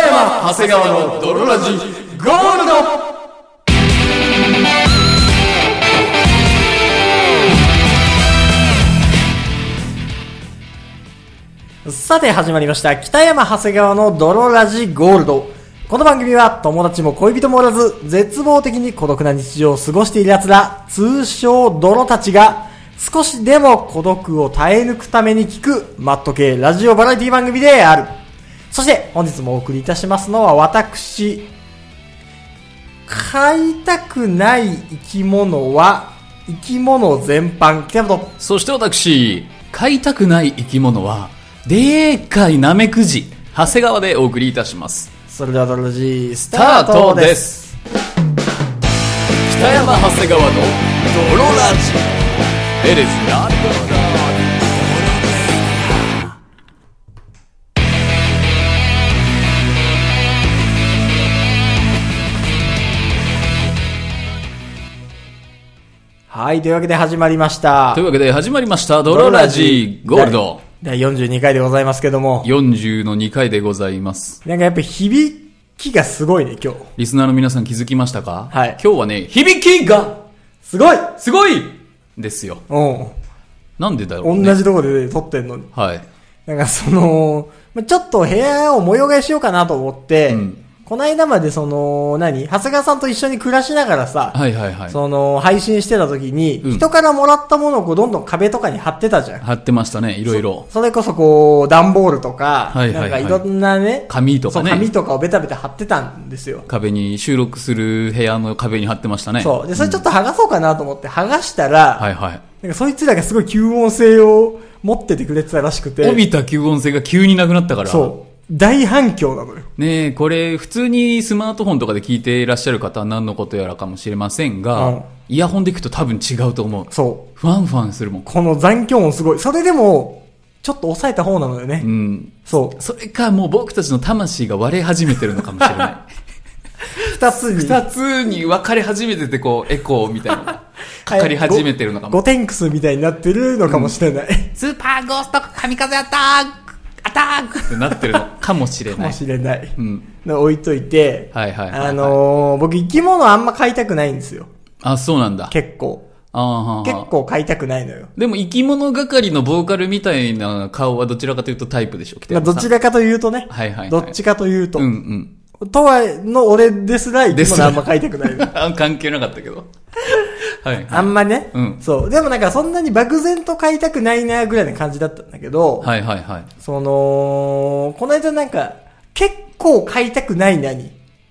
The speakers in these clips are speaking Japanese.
長谷川の泥ラジゴールドさて始まりました北山長谷川の泥ラジゴールドこの番組は友達も恋人もおらず絶望的に孤独な日常を過ごしている奴ら通称泥たちが少しでも孤独を耐え抜くために聞くマット系ラジオバラエティ番組であるそして本日もお送りいたしますのは私飼いたくない生き物は生き物全般北山とそして私、飼いたくない生き物は、でーかいナメクジ、長谷川でお送りいたします。それでは泥ラジススタターートトでですす。北山長谷川の泥ラジ。It is not はい、というわけで始まりましたとい。うわけで始まりました、泥ラジゴールド。第第42回でございますけども。 40の2回でございます。なんかやっぱ響きがすごいね、今日。リスナーの皆さん気づきましたかはい今日はね、響きがすごいすごいですよ。う。なんでだろうんね。同じとこで撮ってんのに。はい。なんかその、まちょっと部屋を模様替えしようかなと思って、うんこの間までその、何長谷川さんと一緒に暮らしながらさ、はいはいはい。その、配信してた時に、うん人からもらったものをこうどんどん壁とかに貼ってたじゃん。貼ってましたね、いろいろ。それこそこう、段ボールとか、はいはいはいなんかいろんなね、紙とかそう紙ね。とかをベタベタ貼ってたんですよ。壁に、収録する部屋の壁に貼ってましたね。そう。で、それちょっと。と剥がそうかなと思って剥がしたら、はいはい。なんかそいつらがすごい吸音性を持っててくれてたらしくて、帯びた吸音性が急になくなったから。そう。大反響なのよ。ねえ、これ、普通にスマートフォンとかで聞いていらっしゃる方は何のことやらかもしれませんが、うんイヤホンで聞くと多分違うと思う。そう。ファンファンするもん。この残響音すごい。それでも、ちょっと抑えた方なのよね。うん。そう。それか、もう僕たちの魂が割れ始めてるのかもしれない。 二つに。二つに分かれ始めてて、こう、エコーみた いな。かかり始めてるのかもゴテンクスみたいになってるのかもしれない。スーパーゴースト神風アタックアタックってなってるのかもしれかなもい。しれない。うん。の置いといて、はいはいはいはいあのー僕生き物あんま飼いたくないんですよ。あ、そうなんだ。結構。あー結。構飼いたくないのよ。でも生き物係のボーカルみたいな顔はどちらかというとタイプでしょ、北まあ、山さどんちらかというとね。はいはいはいどっちかというと。うんうん。 とは、の俺ですら、いでつすもらあんま書いたく ないの。あ関係なかったけ ど。はい。あんまね。うんそう。でもなんかそんなに漠然と書いたくないな、ぐらいな感じだったんだけど、はいはいはい。その、この間なんか、結構書いたくないなに、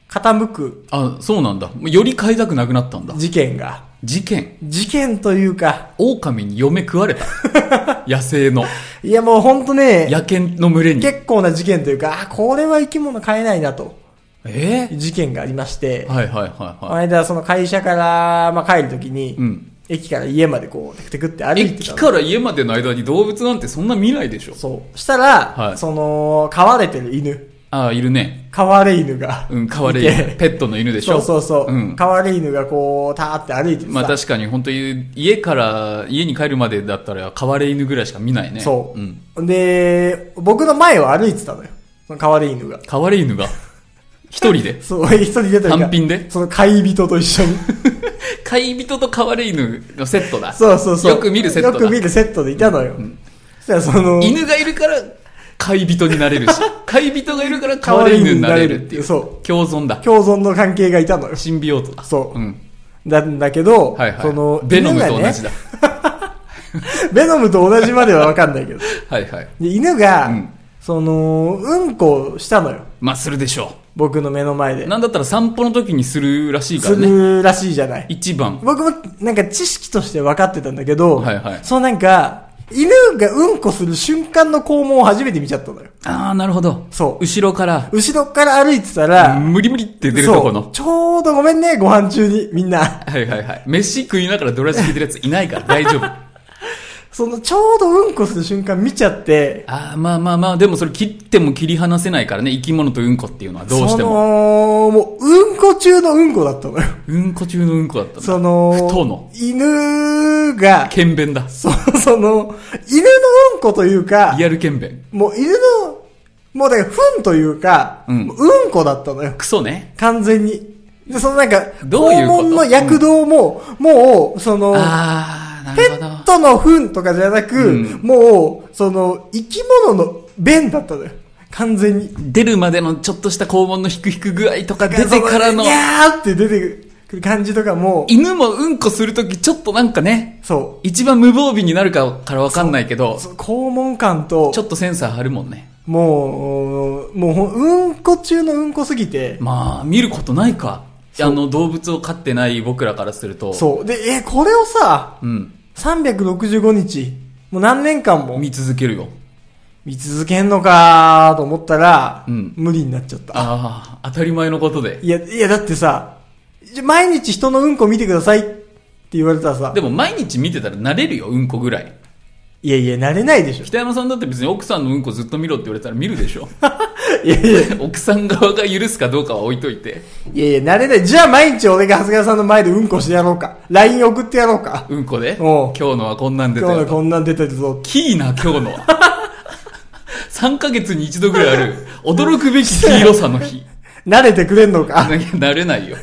傾くあ、そうなんだ。もうより買いたくなくなったんだ。事件が。事件。事件というか、狼に嫁食われた。 野生の。いやもうほんとね、野犬の群れに。結構な事件というか、あ、これは生き物飼えないなと、ええ事件がありまして、はいはいはいこのはい。間その会社から、まあ、帰るときに、うん。駅から家までこう、テクテクって歩いて駅たのから家までの間に動物なんてそんな見ないでしょ。そう。したら、はいその、飼われてる犬。ああ、いるね。飼われ犬が。うん、飼われいるてペットの犬でしそょ。うそうそう。うん。飼われ犬がこう、たーって歩いててさ。まあ確かに本当に家から、家に帰るまでだったら飼われ犬ぐらいしか見ないね。そう、うん。で、僕の前を歩いてたのよ。その飼われ犬が。飼われ犬が、一人 で。そう、一人でというか。単品でその飼い人と一緒に。飼い人と飼われ犬のセットだ。そうそうそう。よく見るセットだよく見るセットでいたのよ。そしたらその、犬がいるから飼い人になれるし、 飼い人がいるから飼われ犬になれるっていう。飼われ犬になれるっていうそ共存だ。共存の関係がいたのよ。シンビオートだ。そううん。なんだけど、はいはい。その、ベノムと犬が同ねじだ。 ベノムと同じまではわかんないけど。はいはい。で、犬が、うんその、うんこをしたのよ。まあするでしょ僕の目の前でう。。なんだったら散歩の時にするらしいかすらね。るらしいじゃない。一番。僕も、なんか知識として分かってたんだけど、はいはいそのなんか、犬がうんこする瞬間の肛門を初めて見ちゃったのよ。ああ、なるほど。そう後ろから、後ろから歩いてたら、無理無理って出るとこそうの。ちょうどごめんね、ご飯中に、みんな。はいはいはい。飯食いながらドラジ聞いてるやついないから大丈夫。 あその、ちょうどうんこする瞬間見ちゃって、あ、まあまあまあ、でもそれ切っても切り離せないからね、生き物とうんこっていうのはどうしてそも。の、もう、うんこ中のうんこだった のよ。うんこ中のうんこだったんだその、太の。犬 が、剣弁だ。そその、犬のうんこというかリ、アル剣弁。もう犬のもうだから、ふんというか、うんもううんこだったのよ。クソね。完全に。で、そのなんか、どういうこと肛門の躍動も、もう、その、あー、なペるほど。ットの糞とかじゃなく、うんもう、その、生き物の便だったのよ。完全に。出るまでのちょっとした肛門のひくひく具合とか出てからのに、ゃーって出てくる感じとかも、犬もうんこするときちょっとなんかね、そ一番無防備になるかからわかんないけどう。、そう肛門感とち、ょっとセンサー張るもんね。もう、もうほん、うんこ中のうんこすぎて、まあ、見ることないか。あの、動物を飼ってない僕らからすると。そう。で、え、これをさ、うん。 365日、もう何年間も見続けるよ。見続けんのかーと思ったら、うん無理になっちゃった。ああ、当たり前のことで。いや、いやだってさ、じゃ毎日人のうんこ見てくださいって言われたらさで、も毎日見てたら慣れるよ、うんこぐらい。いやいや、慣れない でしょ。北山さんだって別に奥さんのうんこずっと見ろって言われたら見るでしょ。いやいや、い奥さん側が許すかどうかは置いといて。やいや、慣れない。じゃあ毎日俺が長谷川さんの前でうんこしてやろうか。LINE 送ってやろうか。うんこでお今う日のはこんなんで今た日のよこんなん出てるぞ。キーな今日のは。3ヶ月に一度ぐらいある、驚くべき黄色さの日。慣れてくれんのなか。慣れないよ。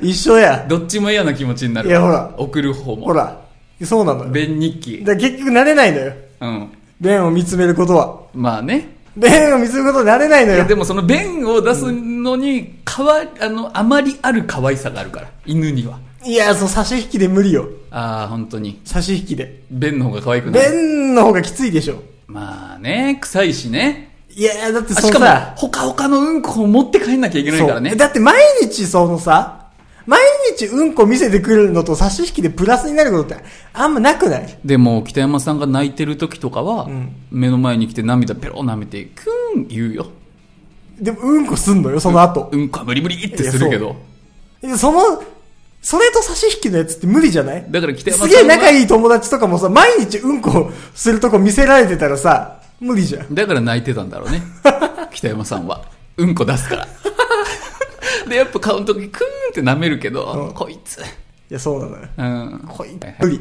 一緒や。どっちも嫌な気持ちになる。いやほら送る方ほも。ら。そうなのよ。便日記。だから結局慣れないのよ。うん。便を見つめることは。まあね。便を見つめることは慣れないのいやよ。でもその便を出すのに、かわ、あの、あまりある可愛さがあるから。犬には。いや、そう、差し引きで無理よ。ああ、本当に。差し引きで。便の方が可愛くない。便の方がきついでしょ。まあね、臭いしね。いや、だってあそしのかさも、、ほかほかのうんこを持って帰んなきゃいけないからねそう。だって毎日そのさ、毎日うんこ見せてくれるのと差し引きでプラスになることってあんまなくないでも、北山さんが泣いてる時とかは、うん目の前に来て涙ペロ舐めて、クーン言うよ。でもうんこすんのよ、その後。うんこはブリブリってするけど。でその、それと差し引きのやつって無理じゃないだから北山さんすは。げえ仲いい友達とかもさ、毎日うんこするとこ見せられてたらさ、無理じゃん。だから泣いてたんだろう ね。北山さんは。うんこ出すから。で、やっぱ顔の時、クーンって舐めるけど、うんこいつ。いや、そうなのよ。うん。こいはいはい無理。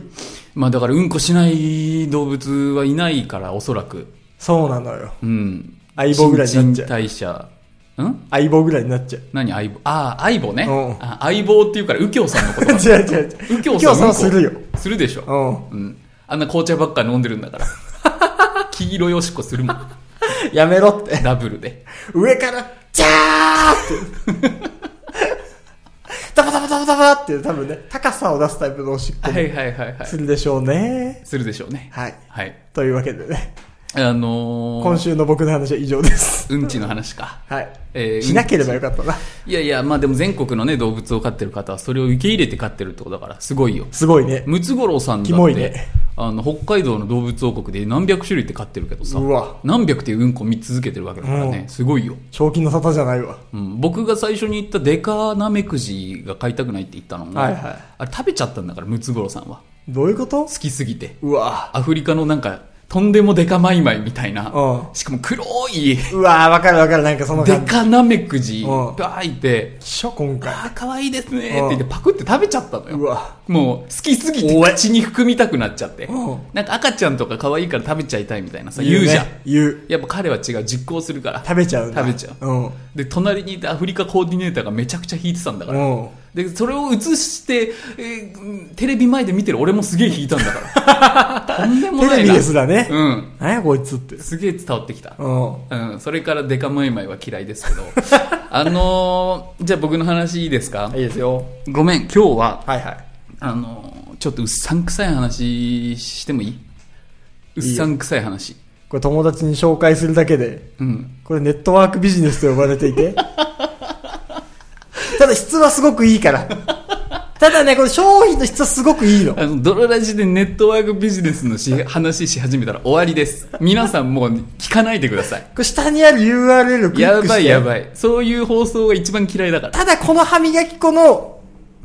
まあだから、うんこしない動物はいないから、おそらく。そうなのよ。うん。相棒ぐらいになっちゃう新陳代謝。ん相棒ぐらいになっちゃう。何相棒ああ、相棒ねうん。あ相棒っていうから、右京さんのこと。違う違う違う。右京 右京さんさんうはすんこるよ。するでしょ。ううん。あんな紅茶ばっか飲んでるん だから。黄色よしこするもん。ん。やめろって。ダブルで。上から、ジャー って。ダバダバダバダバって多分ね、高さを出すタイプのおしっこはいはいはいはい。するでしょうね。するでしょうね。はい。はい。というわけでね、あのー、今週の僕の話は以上です。うんちの話か。はい。えーしなければよかったな。いやいや、まあでも全国のね、動物を飼ってる方はそれを受け入れて飼ってるってことだから、すごいよ。すごいね。ムツゴロウさんだキっモて、いねあの、北海道の動物王国で何百種類って飼ってるけどさうわ、何百っていううんこ見続けてるわけだからね、うんすごいよ。賞金の沙汰じゃないわ。うん、僕が最初に言ったデカナメクジが飼いたくないって言ったのも、はいはいあれ食べちゃったんだから、ムツゴロウさんは。どういうこと好きすぎて。うわアフリカのなんか、とんでもデカマイマイみたいな、うしかも黒い、うわわかるわかる。なんかそのデ感じ。カナメクジ、うんバーいて、っしょ、今回。あー、可愛いですねって言ってパクって食べちゃったのうよ。わもう、好きすぎて口に含みたくなっちゃってうん。なんか赤ちゃんとか可愛いから食べちゃいたいみたいなさ、言うじゃん。ね言う。やっぱ彼は違う、実行するから。食べちゃうんだ。食べちゃう。うん。で、隣にいたアフリカコーディネーターがめちゃくちゃ引いてたんだから。うん。で、それを映して、えーうんテレビ前で見てる俺もすげえ引いたんだ から。とんでもないな。テレビですらねうん。何やこいつって。すげえ伝わってきた。うん。うん、それからデカマイマイは嫌い ですけど。あのーじゃあ僕の話いいですかいいですよ。ごめん、今日は、はいはい。あのーちょっとうっさんくさい話してもいいうっさんくさい話。これ友達に紹介するだけで、うん。これネットワークビジネスと呼ばれてい て。ただ質はすごくいいから。ただね、これ商品の質はすごくいいの。あの、ドロラジでネットワークビジネスのし話し始めたら終わりです。皆さんもう聞かないでく ださい。これ下にある URL をクリッやクして。ばいやばい。い。そういう放送が一番嫌いだから。ただこの歯磨き粉の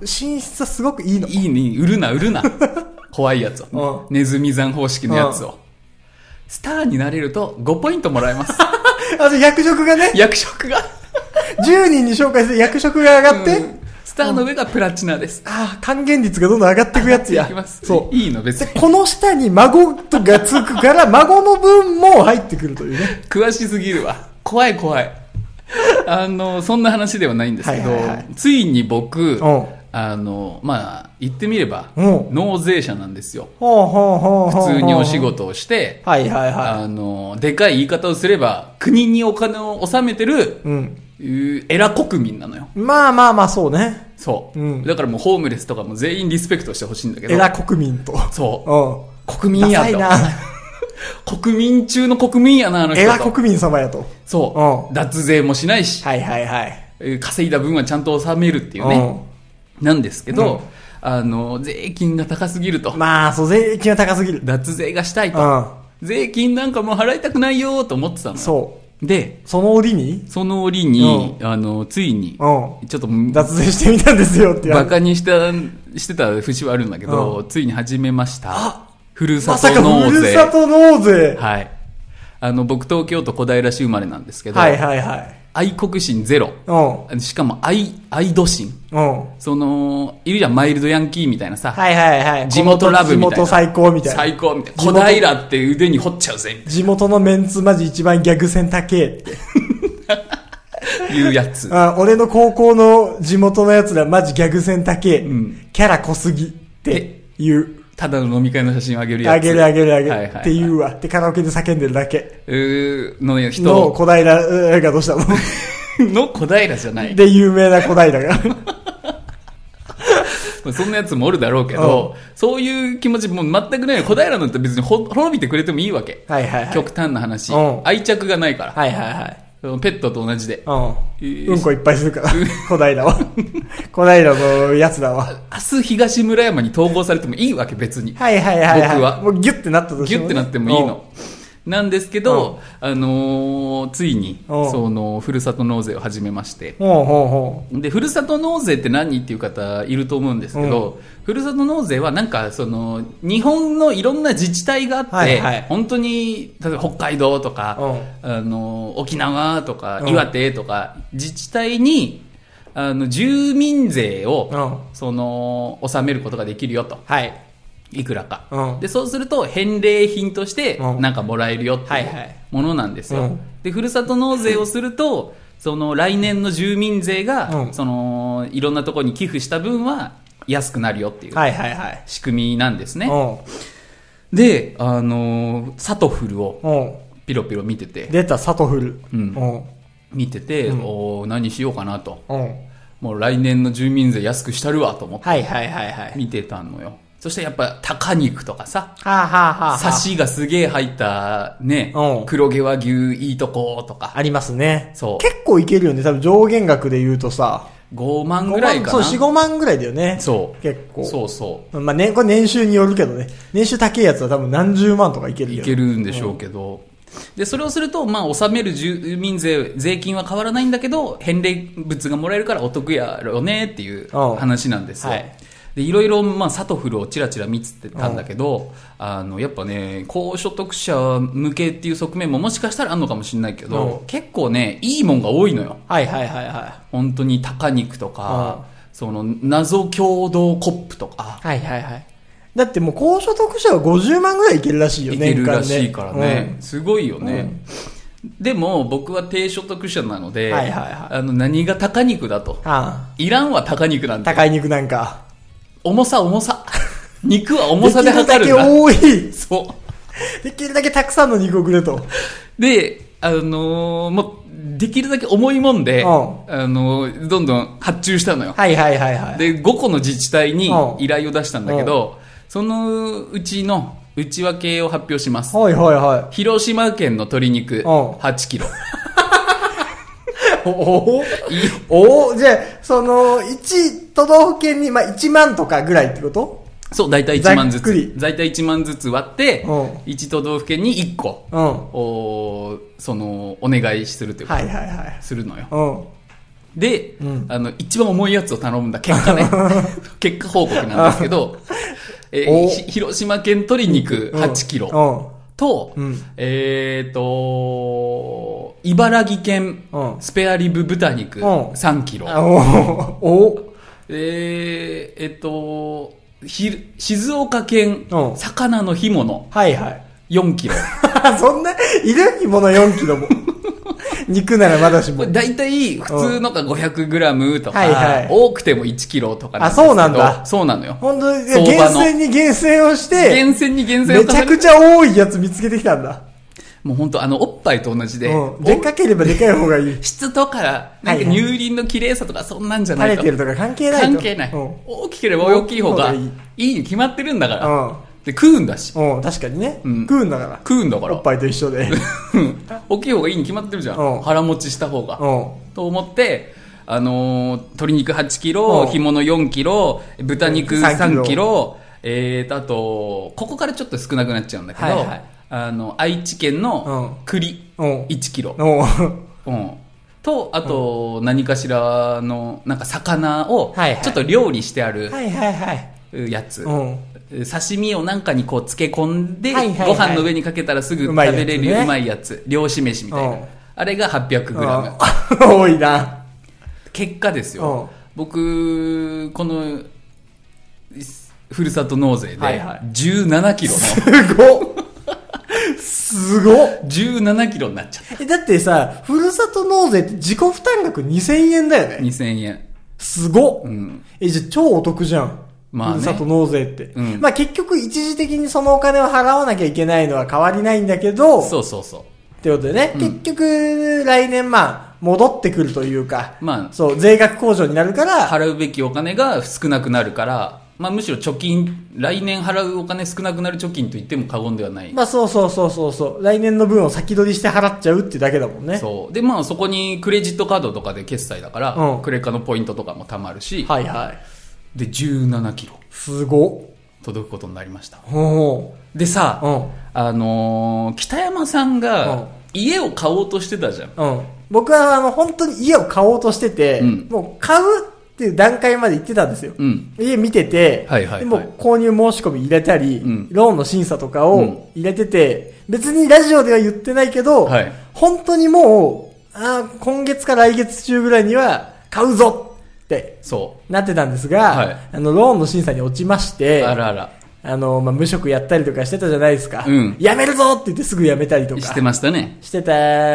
寝室はすごくいいの。いいね、売るな、売るな。怖いやつを。うネズミ山方式のやつを。スターになれると5ポイントもらえます。あと役職がね、 役職が。 10人に紹介して役職が上がって、うんスターの上がプラチナです。ああ、還元率がどんどん上がっていくやついやきま。す。そう。いいの、別でに。この 下に孫とがつくから、孫の分も入ってくるというね。詳しすぎるわ。怖い怖い。 あの、そんな話ではないんですけど、はいはいはいついに僕うん、あの、まあ、言ってみれば、うん納税者なんですよ。ほうほうほうほう。普通にお仕。事をして、はいはいはあの、でかい言い方をすれば、国にお金を納めてるい。、うん。うー偉国民なのよ。まあまあまあ、そうね。そう、うんだからもうホームレスとかも全員リスペクトしてほしいんだけど。偉国民と。そう。う国民ん。ダやサいとな。 国民中の国民やな、あの人偉と。国民様やと。そう、う脱税もしないし、はいはいはい。えー稼いだ分はちゃんと納めるっていうね。なんですけど、うんあの、税金が高すぎるとう。ん。まあ、そう、税金が高すぎる。脱税がしたいうと。ん。税金なんかもう払いたくないよーと思ってたのよ。そで、う。その折に、その折に、あの、ついに、うん。ちょっと、脱税してみたんですよって言わバれて。カにした、してた節はあるんだけど、うついに始めました。ふるさまさとか、納ふる税。さと納税。はい。あの、僕東京都小平市生まれなんですけど、はいはいはい。愛国心ゼロ。うしかも愛、愛土心。ん。うん。その、いるじゃん、マイルドヤンキーみたいなさ、はいはいはい。地元ラブみたいな地元最高みたいな。最高みたいな。地小元平って腕に掘っちゃうぜ、み地元のメンツマジ一番ギャグ戦高えって。たいな、いうやつ。あ俺の高校の地元のやつらマジギャグ戦高え。んキャラ濃すぎって言う。ただの飲み会の写真をあげるやつ。あげるあげるあげる、はいはいはいって言うわ。ってカラオケで叫んでるだけ。うーの人のの小平がどうした の小平じゃない。で、有名な小平 が。まあそんなやつもおるだろうけど、そういう気持ちもう全くないの小平なんて別にほ滅びてくれてもいいわけ。はいはいはい。極端な話うん。愛着がないから。はいはいはい。そのペットと同じで。うん。えーうんこいっぱいする から。小平は。小平のやつだわ。明日東村山に統合されてもいいわけ別に。はいはいはい、はい。僕はもうギュッてなったとしてギもュッね、てなってもいいの。なんですけど、あのーついに、うんその、ふるさと納税を始めまして。うん。ほうほうほで、ふるさと納税って何っていう方いると思うんですけど、ふるさと納税はなんか、その、日本のいろんな自治体があって、はいはい本当に、例えば北海道とか、うあの、沖縄とかう、ん岩手とか、自治体に、あの、住民税を、うんその、納めることができるよと。う。はい。いくらか、うんでそうすると返礼品としてうんなんかもらえるよってはいいうはいものなんですよ、うんでふるさと納税をするとその来年の住民税が、うんそのいろんなところに寄付した分は安くなるよっていうはいはいはい。仕組みなんですね、うであのーサトフルをん。うん。ピロピロ見てて出た、サトフル。うんうん。見てて、うんおー何しようかなとうん。もう来年の住民税安くしたるわと思ってはいはいはいはい。見てたのよそしてやっぱ鷹肉とかさはあ、はあはあはあ、サシがすげえ入ったねうん、黒毛和牛いいとことか、ありますね。そう結構いけるよね。多分上限額で言うとさ。 5万ぐらいかそう、な。 4、5万ぐらいだよね。そう結構。そうそまあ、ね、これ年収によるけどね。年収高いやつは多分何十万とかいけう。るいよ。けるんでしょうけど。で、それをすると、まあ、納める住民税、税金は変わらないんだけど、返礼物がもらえるからお得やろねっていううん話なんですよ。はいで、いろいろ、まあ、サトフルをちらちら見つってたんだけど、あの、やっぱね、高所得者向けっていう側面ももしかしたらあるのかもしれないけどう、ん結構ね、いいもんが多いのよ。はいはいはいは本当に鷹肉とか、その謎共同コップとかい。はいはいはい。だってもう高所得者は50万ぐらいいけるらしいよいね。けるらしい年間からねね、すごいよね、でも僕は低所得者なので、はいはいはあの何が鷹肉だとうんあいらんは鷹肉なあんだ高い肉なんか。重さ重さ 肉は重さで測るんできだるだけ多い。 そできるだけたくさんの肉をくれと。うであのーもうできるだけ重いもんで、うんあのーどんどん発注したのよはいはいはいはい。で、5個の自治体にうん依頼を出したんだけど、そのうちの内訳を発表します。はいはいは広島県の鶏肉、ん8キロ。い。おおおおじゃあ、その、1都道府県に、まあ、1万とかぐらいってことそう、大体1万ずざっくりつ。大体1万ずつ割ってうん、 1都道府県に1個、うん。はおその、お願いするといいうか、はいはい。するのよ。うん。で、うんあの、一番重いやつを頼んだ結果ね。 結果報告なんですけ ど、えーおひ広島県鶏肉うん8キロ。うと、うんえっ、と、茨城県うんスペアリブ豚肉うん3キロ。ん。おおえーえっ、と、ひ静岡県うん魚の干物はいはい。 4キロ。 そんな、いる干物4キロも。肉ならまだしこもれ。大体普通のが 500g とか、はいはい多くても 1kg とかんですけどあそうなんだそうなのよ本当に、いや相場厳の選に厳選をして、厳選に厳選をめち重ゃねくるちゃ多いやつ見つけてきたんだ。もう本当あのおっぱいと同じで、うん。でかければでかい方がいい。質とからなんはいかはい乳輪の綺麗さとかそんなんじゃ な垂いれとてるとか関係ないと。関係ない、うん。大きければ大きい方が大きいい方がいに決まってるんだから、うんで食うんだしうん、確かにね。うん食うんだから。食うんだからおっぱいと一緒で。 うん大きい方がいいに決まってるじゃん、うん腹持ちした方が、うん。と思って、あのー鶏肉8キロ、うん干物4キロ豚肉3キロ3キロえーとあとここからちょっと少なくなっちゃうんだけど、はいはいあの愛知県のうん栗うん。 1キロ、うん。うん、とあと何かしらのなんか魚をはいはいちょっと料理してあるはいはいはい。やつ、うん。刺身をなんかにこう漬け込んで、はいはいはいご飯の上にかけたらすぐう食まいべやつねれるうまいやつ漁師飯みたいな、うんあれが 800g うん 多いな。結果ですうんよ僕このいふるさと納税ではいはい1 7キロのすごっすごっ1 7キロになっちゃっえだってさ、ふるさと納税って自己負担額2000円だよたね。 2000円すごっ、うんえ、じゃあ超お得じゃん。まあねふるさと納税って。うんまあ結局一時的にそのお金を払わなきゃいけないのは変わりないんだけど、そうそうそうってことでね、うん結局来年まあ戻ってくるというか、まあそう、税額控除になるから、払うべきお金が少なくなるから、まあ、むしろ貯金来年払うお金少なくなる貯金と言っても過言ではない、まあそうそうそうそうそう、来年の分を先取りして払っちゃうってだけだもんね。そうでまあそこにクレジットカードとかで決済だから、うんクレカのポイントとかもたまるし、はいはい。で1 7キロすごっ。届くことになりましたほでさ、ううん。あのー北山さんうんが家を買おうとしてたじゃんうん。僕は、あの、本当に家を買おうとしてて、うんもう買うっていう段階まで行ってたんですよ。うん家見てて、はいはいはいでもう購入申し込み入れたり、うんローンの審査とかうんを入れてて、別にラジオでは言ってないけど、はい本当にもう、あー今月か来月中ぐらいには買うぞってそなってたんですが、はいあの、ローンの審査に落ちましうて、あらあらあの、まあ、無職やったりとかしてたじゃないですか。うんやめるぞって言ってすぐやめたりとか。してましたねして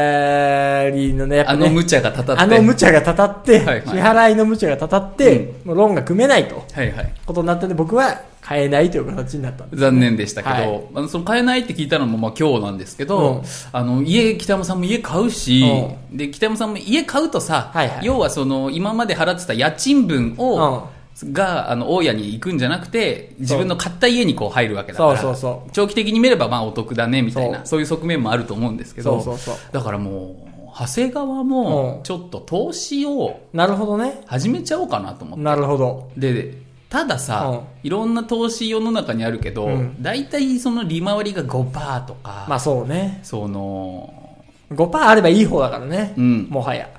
たりのね、やっぱあね、の無茶がたたってあの無茶がたたって、はいはい支払いの無茶がたたって、もうローンが組めないと、はいはいことになったんで、僕は買えないという形になったんです。残念でしたけど、はいあのその買えないって聞いたのもまあ今日なんですけど、うんあの家北山さんも家買うし、で北山さんも家買うとさ、はいはい要はその今まで払ってた家賃分を、があの大家に行くんじゃなくて自分の買った家にこう入るわけだからそうそうそう長期的に見ればまあお得だねみたいなそうそういう側面もあると思うんですけどそうそうそうだからもう長谷川うんもちょっと投資をなるほどね。始めちゃおうかなと思って。なるほど。でたださ、うんいろんな投資世の中にあるけど、うん大体その利回りが5%とか、まあそうね。その5%あればいい方だからね。うんもはや。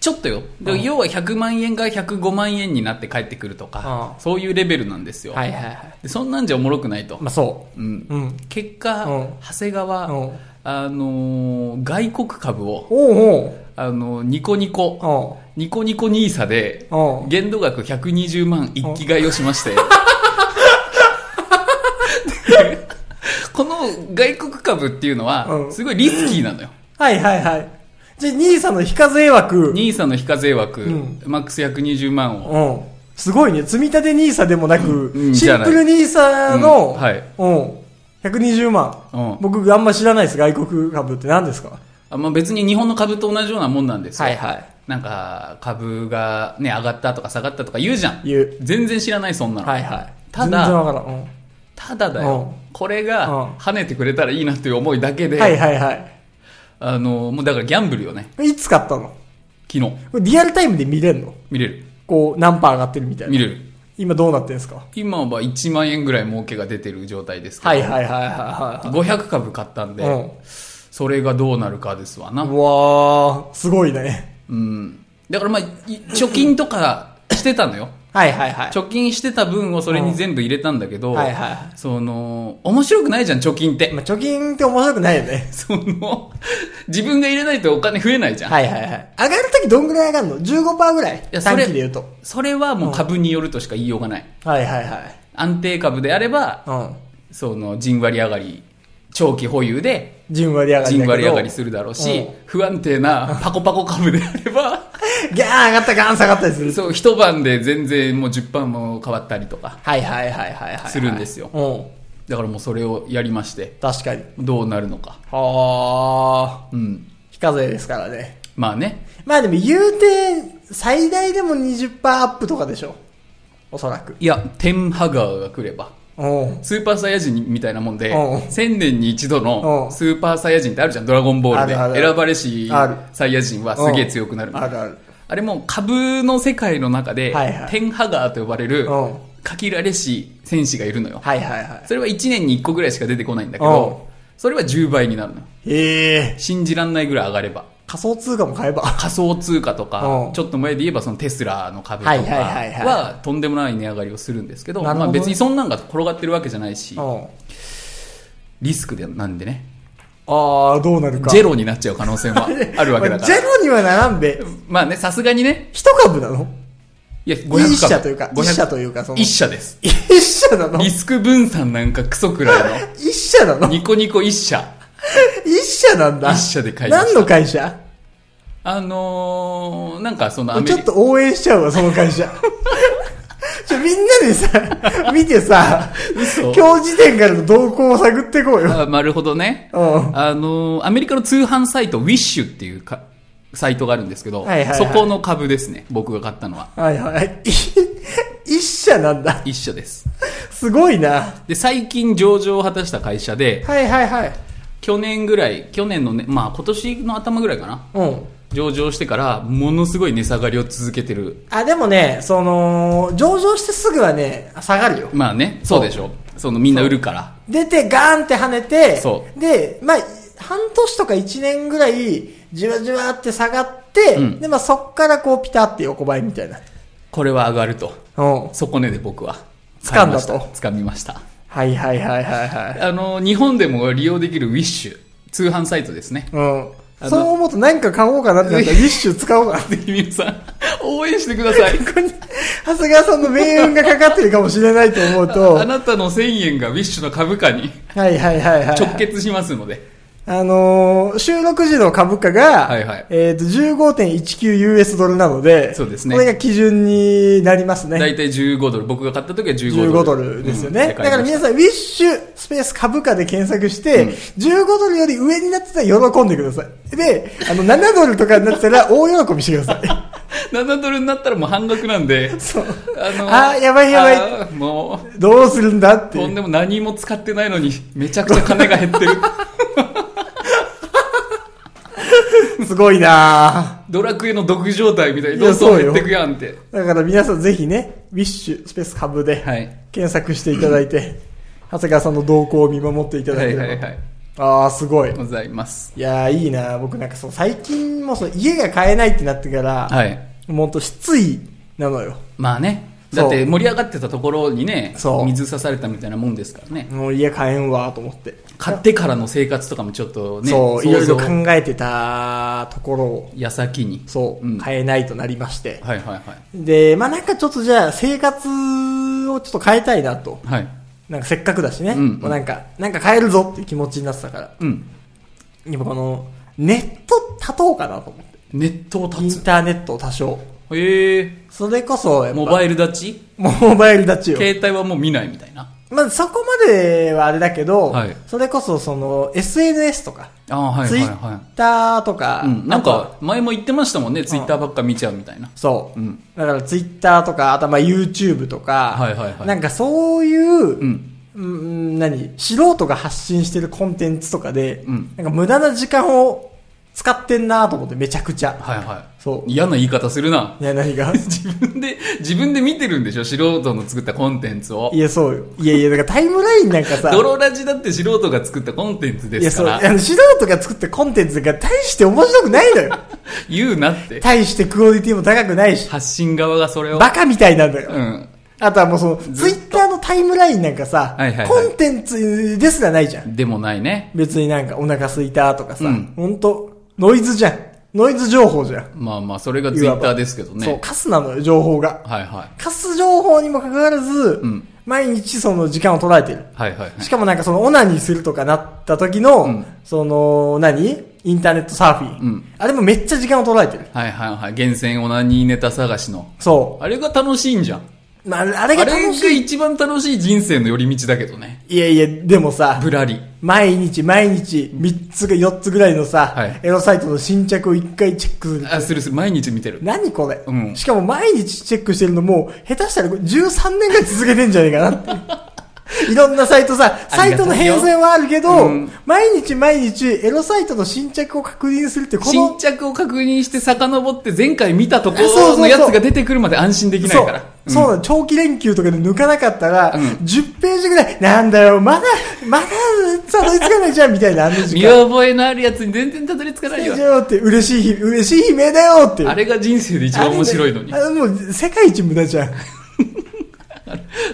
ちょっとよ、でうん要は100万円が105万円になって帰ってくるとか、うんそういうレベルなんですよ、はいはいはい。でそんなんじゃおもろくないと、まあそうんう。うん。結果、うん長谷川、うんあのー外国株を、おうあのーニコニコ、おう。ニコニコ NISA でうん限度額120万一気買いをし ましてでこの外国株っていうのうはんすごいリスキーなのよはいはいはい。じゃあ、兄さんの非課税枠。 NISA の非課税枠、うんマックス120万をうん。すごいね。積み立て NISA でもなく、うんシンプル NISA の、うんはいうん。120万。うん僕、あんま知らないです。外国株って何ですかあ、まあ、別に日本の株と同じようなもんなんですよ、はい。なんか株がね上がったとか下がったとか言うじゃん言う。全然知らないそんなの、はいはい。ただ全然わからん。うんただだよ、これうんが跳ねてくれたらいいなという思いだけで、はいはいはあのもうだからギャンブルよねい。いつ買ったの昨日これリアルタイムで見れるの見れるこう、何パー上がってるみたい見な。れる今どうなってんですか今は1万円ぐらい儲けが出てる状態ですけど、はいはいはいは500株買ったんいで、はい。それがどうなるかですわうな、ん。うわー、すごいね。うん、だからまあい貯金とか してたのよはいはいはい。貯金してた分をそれに全部入れたんだけど、はいはいその面白くないじゃん貯金って まあ、貯金って面白くないよね。その自分が入れないとお金増えないじゃん、はいはいはい。上がるときどんぐらい上がるの ?15% ぐらいやそ短れ期で言うと。それはもう株によるとしか言いようがないはいはいはい。安定株であればうん。そのじんわり上がり長期保有でじんわり上がりだけじど。んわり上がりするだろうし、うん不安定なパコパコ株であれば、 ギャーン上がったガーン下がったりする。そう、一晩で全然もう10番も変わったりとか、はいはいはいはいはい。するんですようだからもうそれをやりましてん。、確かに。どうなるのか。はあ。うん。非課税ですからね。まあね。まあでも言うて、最大でも20%アップとかでしょ。おそらく。いや、テンハガーが来れば。うん。スーパーサイヤ人みたいなもんで、うん千年に一度うのんスーパーサイヤ人ってあるじゃん、ドラゴンボールで。あるあるある選ばれしあるサイヤ人はすげえ強くなるみたいあなるある。あれも株の世界の中で、はいはいテンハガーと呼ばれるうん、限られし戦士がいるのよ。はいはいはそれは1年に1個ぐらいしか出てこないんだけうど、それは10倍になるのよ。い。へえ。信じらんないぐらい上がれば。仮想通貨も買えば。仮想通貨とかう、んちょっと前で言えばそのテスラの株とかはいはいはいはいはとんでもない値上がりをするんですけど、なるほどまあ別にそんなんが転がってるわけじゃないしう、ん。リスクでなんでね、ああ、どうなるか。ジェロになっちゃう可能性もあるわけ だかジェら。ロにはならんで、まあね、さすがにね、一株なのいや、一社というか、 500一社というか、その。一社です。一社なのリスク分散なんかクソくら い一社なの、のニコニコ一社。一社なんだ。一社で買いました何の会社あのー、なんかそのアメちょリっカ、と応援しちゃうわ、その会 社。ちょ、みんなでさ、見てさ、嘘今日時点からの動向を探っていこうよ。あなるほどね。うんあのー、アメリカの通販サイト、ウィッシュっていうか、サイトがあるんですけど、はいはいはいそこの株ですね、僕が買ったのは。はいはい。 一社なんだ。一緒です。すごいな。で、最近上場を果たした会社で、はいはいはい。去年ぐらい、去年のね、まあ今年の頭ぐらいかな。うん。上場してから、ものすごい値下がりを続けてる。あ、でもね、その、上場してすぐはね、下がるよ。まあね、そうでしょ。そのみんな売るから。出てガーンって跳ねて、そで、まあ、半年とか1年ぐらい、じわじわって下がって、うんで、まあそっからこうピタって横ばいみたいな。これは上がると。うん。底根で僕は。掴んだと買いました掴みました。はいはいはいはいはい。あのー、日本でも利用できるウィッシュ。通販サイトですね。うあん。のそう思うと何か買おうかなってなった ら、ウィッシュ使おうかな。ぜひ皆さん、応援してください。ここに長谷川さんの命運がかかってるかもしれないと思う と、あなたの1000円がウィッシュの株価にはいはいはいはい。直結しますので。あのー収録時の株価が、はいはいえっ、と、15.19US ドルなので、そうですねこれが基準になりますね。だいたい15ドル。僕が買った時は15ドル。 15ドルですよね。うんだから皆ん。さん、ウィッシュスペース株価で検索して、15ドルより上になってたら喜んでください。で、あの、7ドルとかになってたら大喜びしてくださ7ドルになったらもう半額なんで。 い。そう。あ あーやばいやばいばい。もどうするんだっう、ていとんう。でも何も使ってないのに、めちゃくちゃ金が減っ てる。すごいなドラクエの毒状態みたいにいどやんどんそう減よってくやんって。ぁだから皆さんぜひね、ウィッシュスペース株ではい。検索していただいて、長谷川さんの動向を見守っていただはけいれば。はいはい。ああ、すごい。ございます。いやーいいなぁ僕なんかそう、最近もそう、家が買えないってなってから、はい。もうほんと失意なのよ。まあね。そうだって盛り上がってたところにねそう、水刺されたみたいなもんですからね。もう家買えんわと思って。買ってからの生活とかもちょっとね、そう、いろいろ考想像えてたところを、矢先に。そう、うん変えないとなりまして。はいはいはい。で、まあなんかちょっとじゃあ生活をちょっと変えたいなと。はい。なんかせっかくだしね。うんうんもうなんか、なんか変えるぞっていう気持ちになってたから。うん。今この、ネット立とうかなと思って。ネットをイ立ンつ。ターネットを多少。へえ。それこそやっぱ、モバイル立ちモバイル立ちを。携帯はもう見ないみたいな。まあそこまではあれだけど、はいそれこそその、SNS とか、ああ、はいツはイいッはターとか、い。うん、なんか、前も言ってましたもんね、ツイッターばっか見ちゃうみたいな。そう。うんだからツイッターとか、あとはまあ YouTube とか、はいはいはいなんかそういう、ううんん。うん、何素人が発信してるコンテンツとかで、うんなんか無駄な時間を使ってんなと思ってめちゃくちゃ。はいはい。そう嫌な言い方するな。 いや、何が自分で、自分で見てるんでしょ素人の作ったコンテンツをい。や、そうよ。いやいや、だからタイムラインなんかさ、泥ラジだって素人が作ったコンテンツいでや、すそう、かあら、の素人が作ったコンテンツが大して面白くないのよ。言うなって。大してクオリティも高くないし、発信側がそれを。バカみたいなんだよ。うん。あとはもうその、ツずイっとッターのタイムラインなんかさ、はいはいはいコンテンツですらないじゃん。でもないね。別になんかお腹空いたとかさ、うんほんと、ノイズじゃん。ノイズ情報じゃん。まあまあ、それがツイッターですけどそう、ね。カスなのよ、情報が。はいはい。カス情報にもかかわらず、うん毎日その時間を捉えてる。はいはい。しかもなんかそのオナニーするとかなった時の、うんその、何インターネットサーフィン。うんあれもめっちゃ時間を捉えてる。はいはいはい。厳選オナニーネタ探しの。そあれが楽しいんじゃん。う。まあ、ああれが楽れしがい。一番楽しい人生の寄り道だけどね。いやいや、でもさ、ぶらり。毎日毎日3つか4つぐらいのさ、はいエロサイトの新着を1回チェックする。あ、するする。毎日見てる。何これ、うんしかも毎日チェックしてるのもう、下手したらこれ13年ぐらい続けてんじゃねえかなっていう。いろ んなサイトさ、サイトの変遷はあるけど、うん毎日毎日エロサイトの新着を確認するってこ新の、着を確認して遡って前回見たとこあそうそろうそのうやつが出てくるまで安心できないそから。う、そうなの、長期連休とかで抜かなかったら、うん10ページぐらい、なんだよ、まだ、まだ、たどり着かないじゃん、みたいな、あの時見間。覚えのあるやつに全然たどり着かないよ。って、嬉しい日、嬉しい悲鳴だよっていう。あれが人生で一番面白いのに。あれねあもう、世界一無駄じゃん。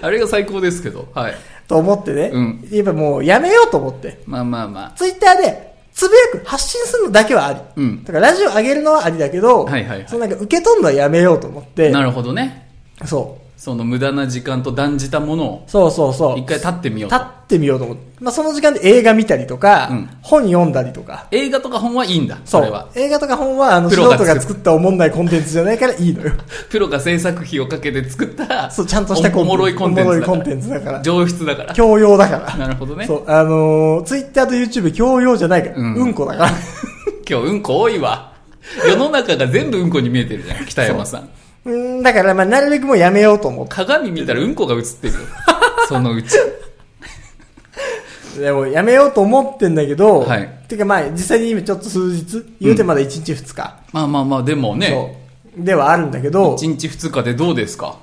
あれが最高ですけど。はい。と思ってね。うんやっぱもう、やめようと思って。まあまあまツイッターで、つぶやく、発信するのだけはあり。うんだから、ラジオ上げるのはありだけど、はいはいはいそのなんか、受け取るのはやめようと思って。あ。なるほどね。そその無駄な時間と断じたものをう。そうそうそう。一回立ってみよう立と。ってみようと思って。まあ、その時間で映画見たりとか、うん本読んだりとか。映画とか本はいいんだ。そそうれは。。映画とか本は、あの、プ素ロ人が作るが作ったおもんないコンテンツじゃないからいいのよ。プロが制作費をかけて作っ た、そう、ちゃんとしたコンテンツ。おもろいコンテンおもツろいだかコらンテンツだから。上質だから。教養だから。なるほどね。そう、あのー、ツイッターと YouTube 教養じゃないから。ううんん、こだから。 今日うんこ多いわ。世の中が全部うんこに見えてるじゃん、北山さん。うん、だから、まあ、なるべくもうやめようと思っ鏡見たらうんこが映ってる よ。そのうち。て。でも、やめようと思ってんだけど、はいてか、まあ、実際に今ちょっと数日、言うてまだ1日2日、まあまあまあ、でもね、そう、ではあるんだけど1、日2日でどうですか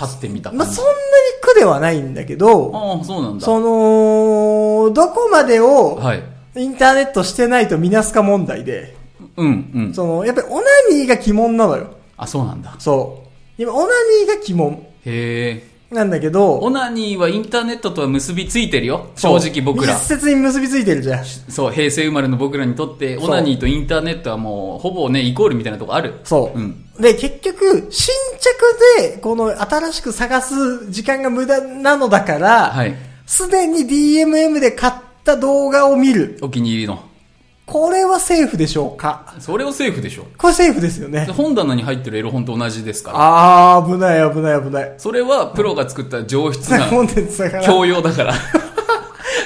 立ってみた感まあ、じそんなに苦ではないんだけど、ああ、そうなんだ。その、どこまでを、はい。インターネットしてないとみなすか問題で、うん、うん。その、やっぱりオナニーが鬼門なのよ。あ、そうなんだ。そう。今、オナニーが鬼門へえ。なんだけど、オナニーはインターネットとは結びついてるよ。そ正う直僕ら密。接に結びついてるじゃん。そう、平成生まれの僕らにとって、そうオナニーとインターネットはもう、ほぼね、イコールみたいなとこある。そう。ん。で、結局、新着で、この新しく探す時間が無駄なのだから、はい。す、で、に DMM で買った動画を見る。お気に入りの。これはセーフでしょうかそれをセーフでしょ。これセーフですよね。本棚に入ってるエロ本と同じですから。あー、危ない危ない危ない。それはプロが作った上質 そんななコンテンツだから。教養 だから。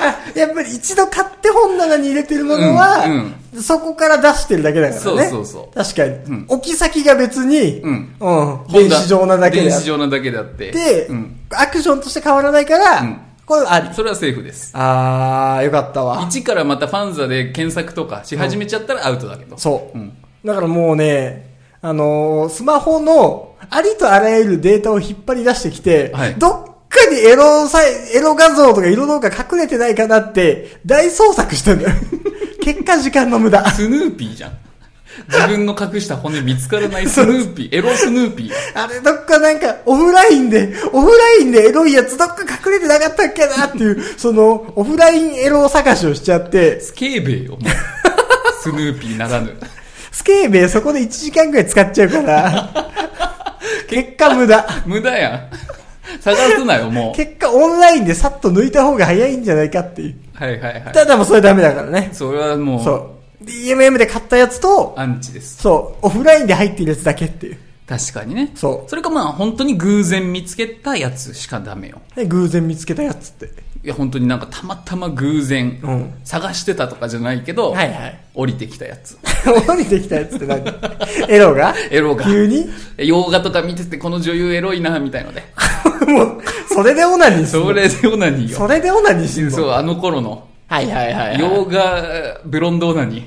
あやっぱり一度買って本棚に入れてるものは、うんそこから出してるだけだからね。そうそうそう確かに。ん置き先が別に、うんうん電子上なだけで電あっ子上なだけであって。て、うん。アクションとして変わらないから、うんこれあり。それはセーフです。あー、よかったわ。一からまたファンザで検索とかし始めちゃったらアウトだけど。そう、うんだからもうね、あのースマホのありとあらゆるデータを引っ張り出してきて、はいどっかにエロさエロ画像とか色動画隠れてないかなって、大捜索してんだよ。 結果時間の無駄。スヌーピーじゃん。自分の隠した骨見つからないスヌーピ ー。エロスヌーピー。あれ、どっかなんか、オフラインで、オフラインでエロいやつどっか隠れてなかったっけなっていう、その、オフラインエロ探しをしちゃって、スケーベーよ。もうスヌーピーならぬ。 スケーベイそこで1時間ぐらい使っちゃう から、結果無駄。無駄やん。探すな よ、もう。結果オンラインでさっと抜いた方が早いんじゃないかっていう。はいはいはい。ただもうそれダメだからね。それはもう、そう。DMM で買ったやつと、アンチです。そう、オフラインで入ってるやつだけっていう。確かにね。そうそれかまあ、本当に偶然見つけたやつしかダメよ。で偶然見つけたやつって。いや、本当になんかたまたま偶然、うん探してたとかじゃないけど、はいはい。 降りてきたやつ。降りてきたやつって 何エロがエロが。急に 洋画とか見てて、この女優エロいな、みたいので。もう、それでオナニーするそれでオナニーそよ。れでオナニーしてるのそう、あの頃の。はいはいはい、洋は画、ブロンドオナニ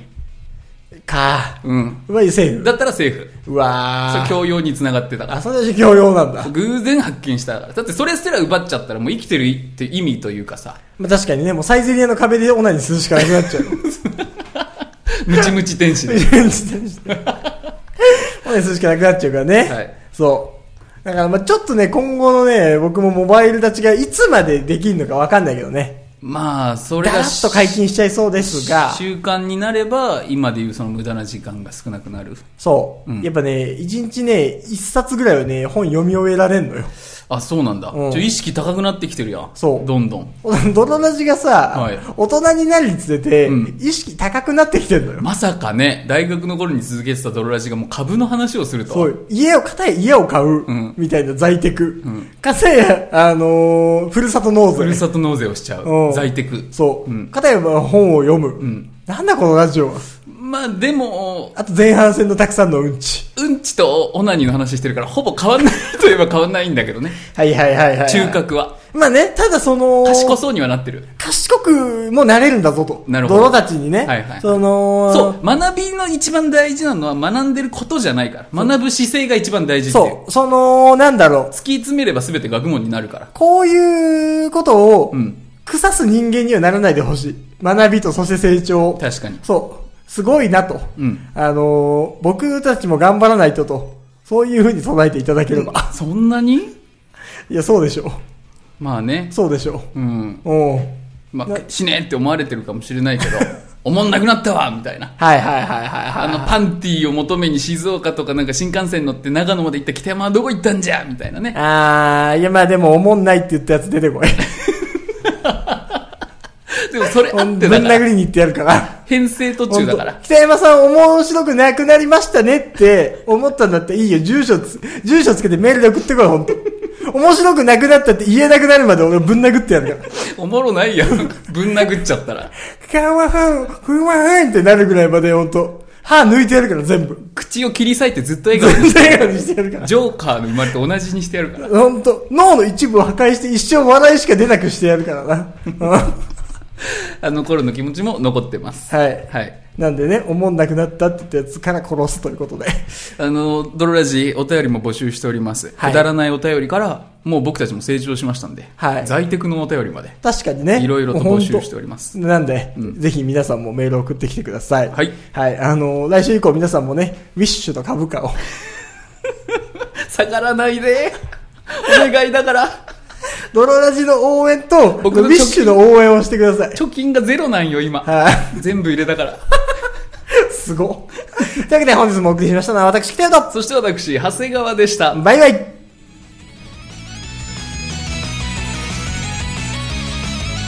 ー。い。かうん。うまい、セーフ。だったらセーフ。うそれわー。教養につながってたからあ、。それだけ教養なんだ。偶然発見したから。だってそれすら奪っちゃったらもう生きてるって意味というかさ、まあ、確かにね、もうサイゼリアの壁でオナニーするしかなくなっちゃう。ムチムチ天 使で。オナニーするしかなくなっちゃうからね。はいそう。だからまあちょっとね、今後のね、僕もモバイルたちがいつまでできるのかわかんないけどね。まあ、それダーがッと解禁しちゃいそうですが、習慣になれば、今でいうその無駄な時間が少なくなる。そう、うんやっぱね、一日ね、一冊ぐらいはね、本読み終えられんのよ。 あ、そうなんだ。うんちょ意識高くなってきてるやん。そうどんどん。ドロラジがさ、はい大人になるにつれて、うん意識高くなってきてるのよ。まさかね、大学の頃に続けてたドロラジがもう株の話をすると。そう、家を、片や家を買う、んみたいな在宅。ん片や、あのーふるさと納税。ふるさと納税をしちゃうんう。在宅。そう。うん片や本を読む、んなんだこのラジオは。まあでも、あと前半戦のたくさんのうんち。うんちとオナニーの話してるから、ほぼ変わんない といえば変わんないんだけどね。はいはいはいはい。中。核は。まあね、ただその、賢そうにはなってる。賢くもなれるんだぞと。なるほど泥たちにね。はいはいその、そう、学びの一番大事なのは学んでることじゃないから。学ぶ姿勢が一番大事っていう。そう。その、なんだろう。突き詰めれば全て学問になるから。こういうことを、うん腐す人間にはならないでほしい。学びとそして成長。確かに。そう。すごいなと。うんあのー僕たちも頑張らないとと。そういうふうに唱えていただければ。あ、そんなにいや、そうでしょまあねう。。そうでしょうん。う。うん。まなあ、死ねって思われてるかもしれないけ ど、思んなくなったわみたいな。はいはいはいはいあはい。の、パンティーを求めに静岡とかなんか新幹線乗って長野まで行った北山はどこ行ったんじゃみたいなね。あー、いやまあでも、おもんないって言ったやつ出て こい。でもそれあぶっんてだから、殴りに行ってやるから。編成途中だから本当。北山さん面白くなくなりましたねって思ったんだっていいよ。住所つ、住所つけてメールで送ってこい、本当面白くなくなったって言えなくなるまで俺ぶん殴ってやるから。おもろないやん。ぶん殴っちゃっ たら。かわふん、ふんわふんってなるぐらいまで本当歯抜いてやるから全部。口を切り裂いてずっと笑顔全に部して笑や顔る。にしてやるから。ジョーカーの生まれと同じにしてやるから。本当脳の一部を破壊して一生笑いしか出なくしてやるからな。 うん あの頃の気持ちも残ってます。はい。はい。なんでね、思んなくなったって言ったやつから殺すということ で。あの、ドロラジお便りも募集しております。はいくだらないお便りから、もう僕たちも成長しましたんで、はい在宅のお便りまで、確かにね。いろいろと募集しております。本当なんで、うんぜひ皆さんもメールを送ってきてください。はい。はい。あのー来週以降皆さんもね、ウィッシュと株価を。 下がらないで。 お願いだから。ドロラジの応援と、ウ僕ィの貯金ッシュの応援をしてください。貯金がゼロなんよ、今。は全部入れたから。い。すごっ。というわけで本日もお送りしましたのは私、北野と、そして私、長谷川でした。バイバイ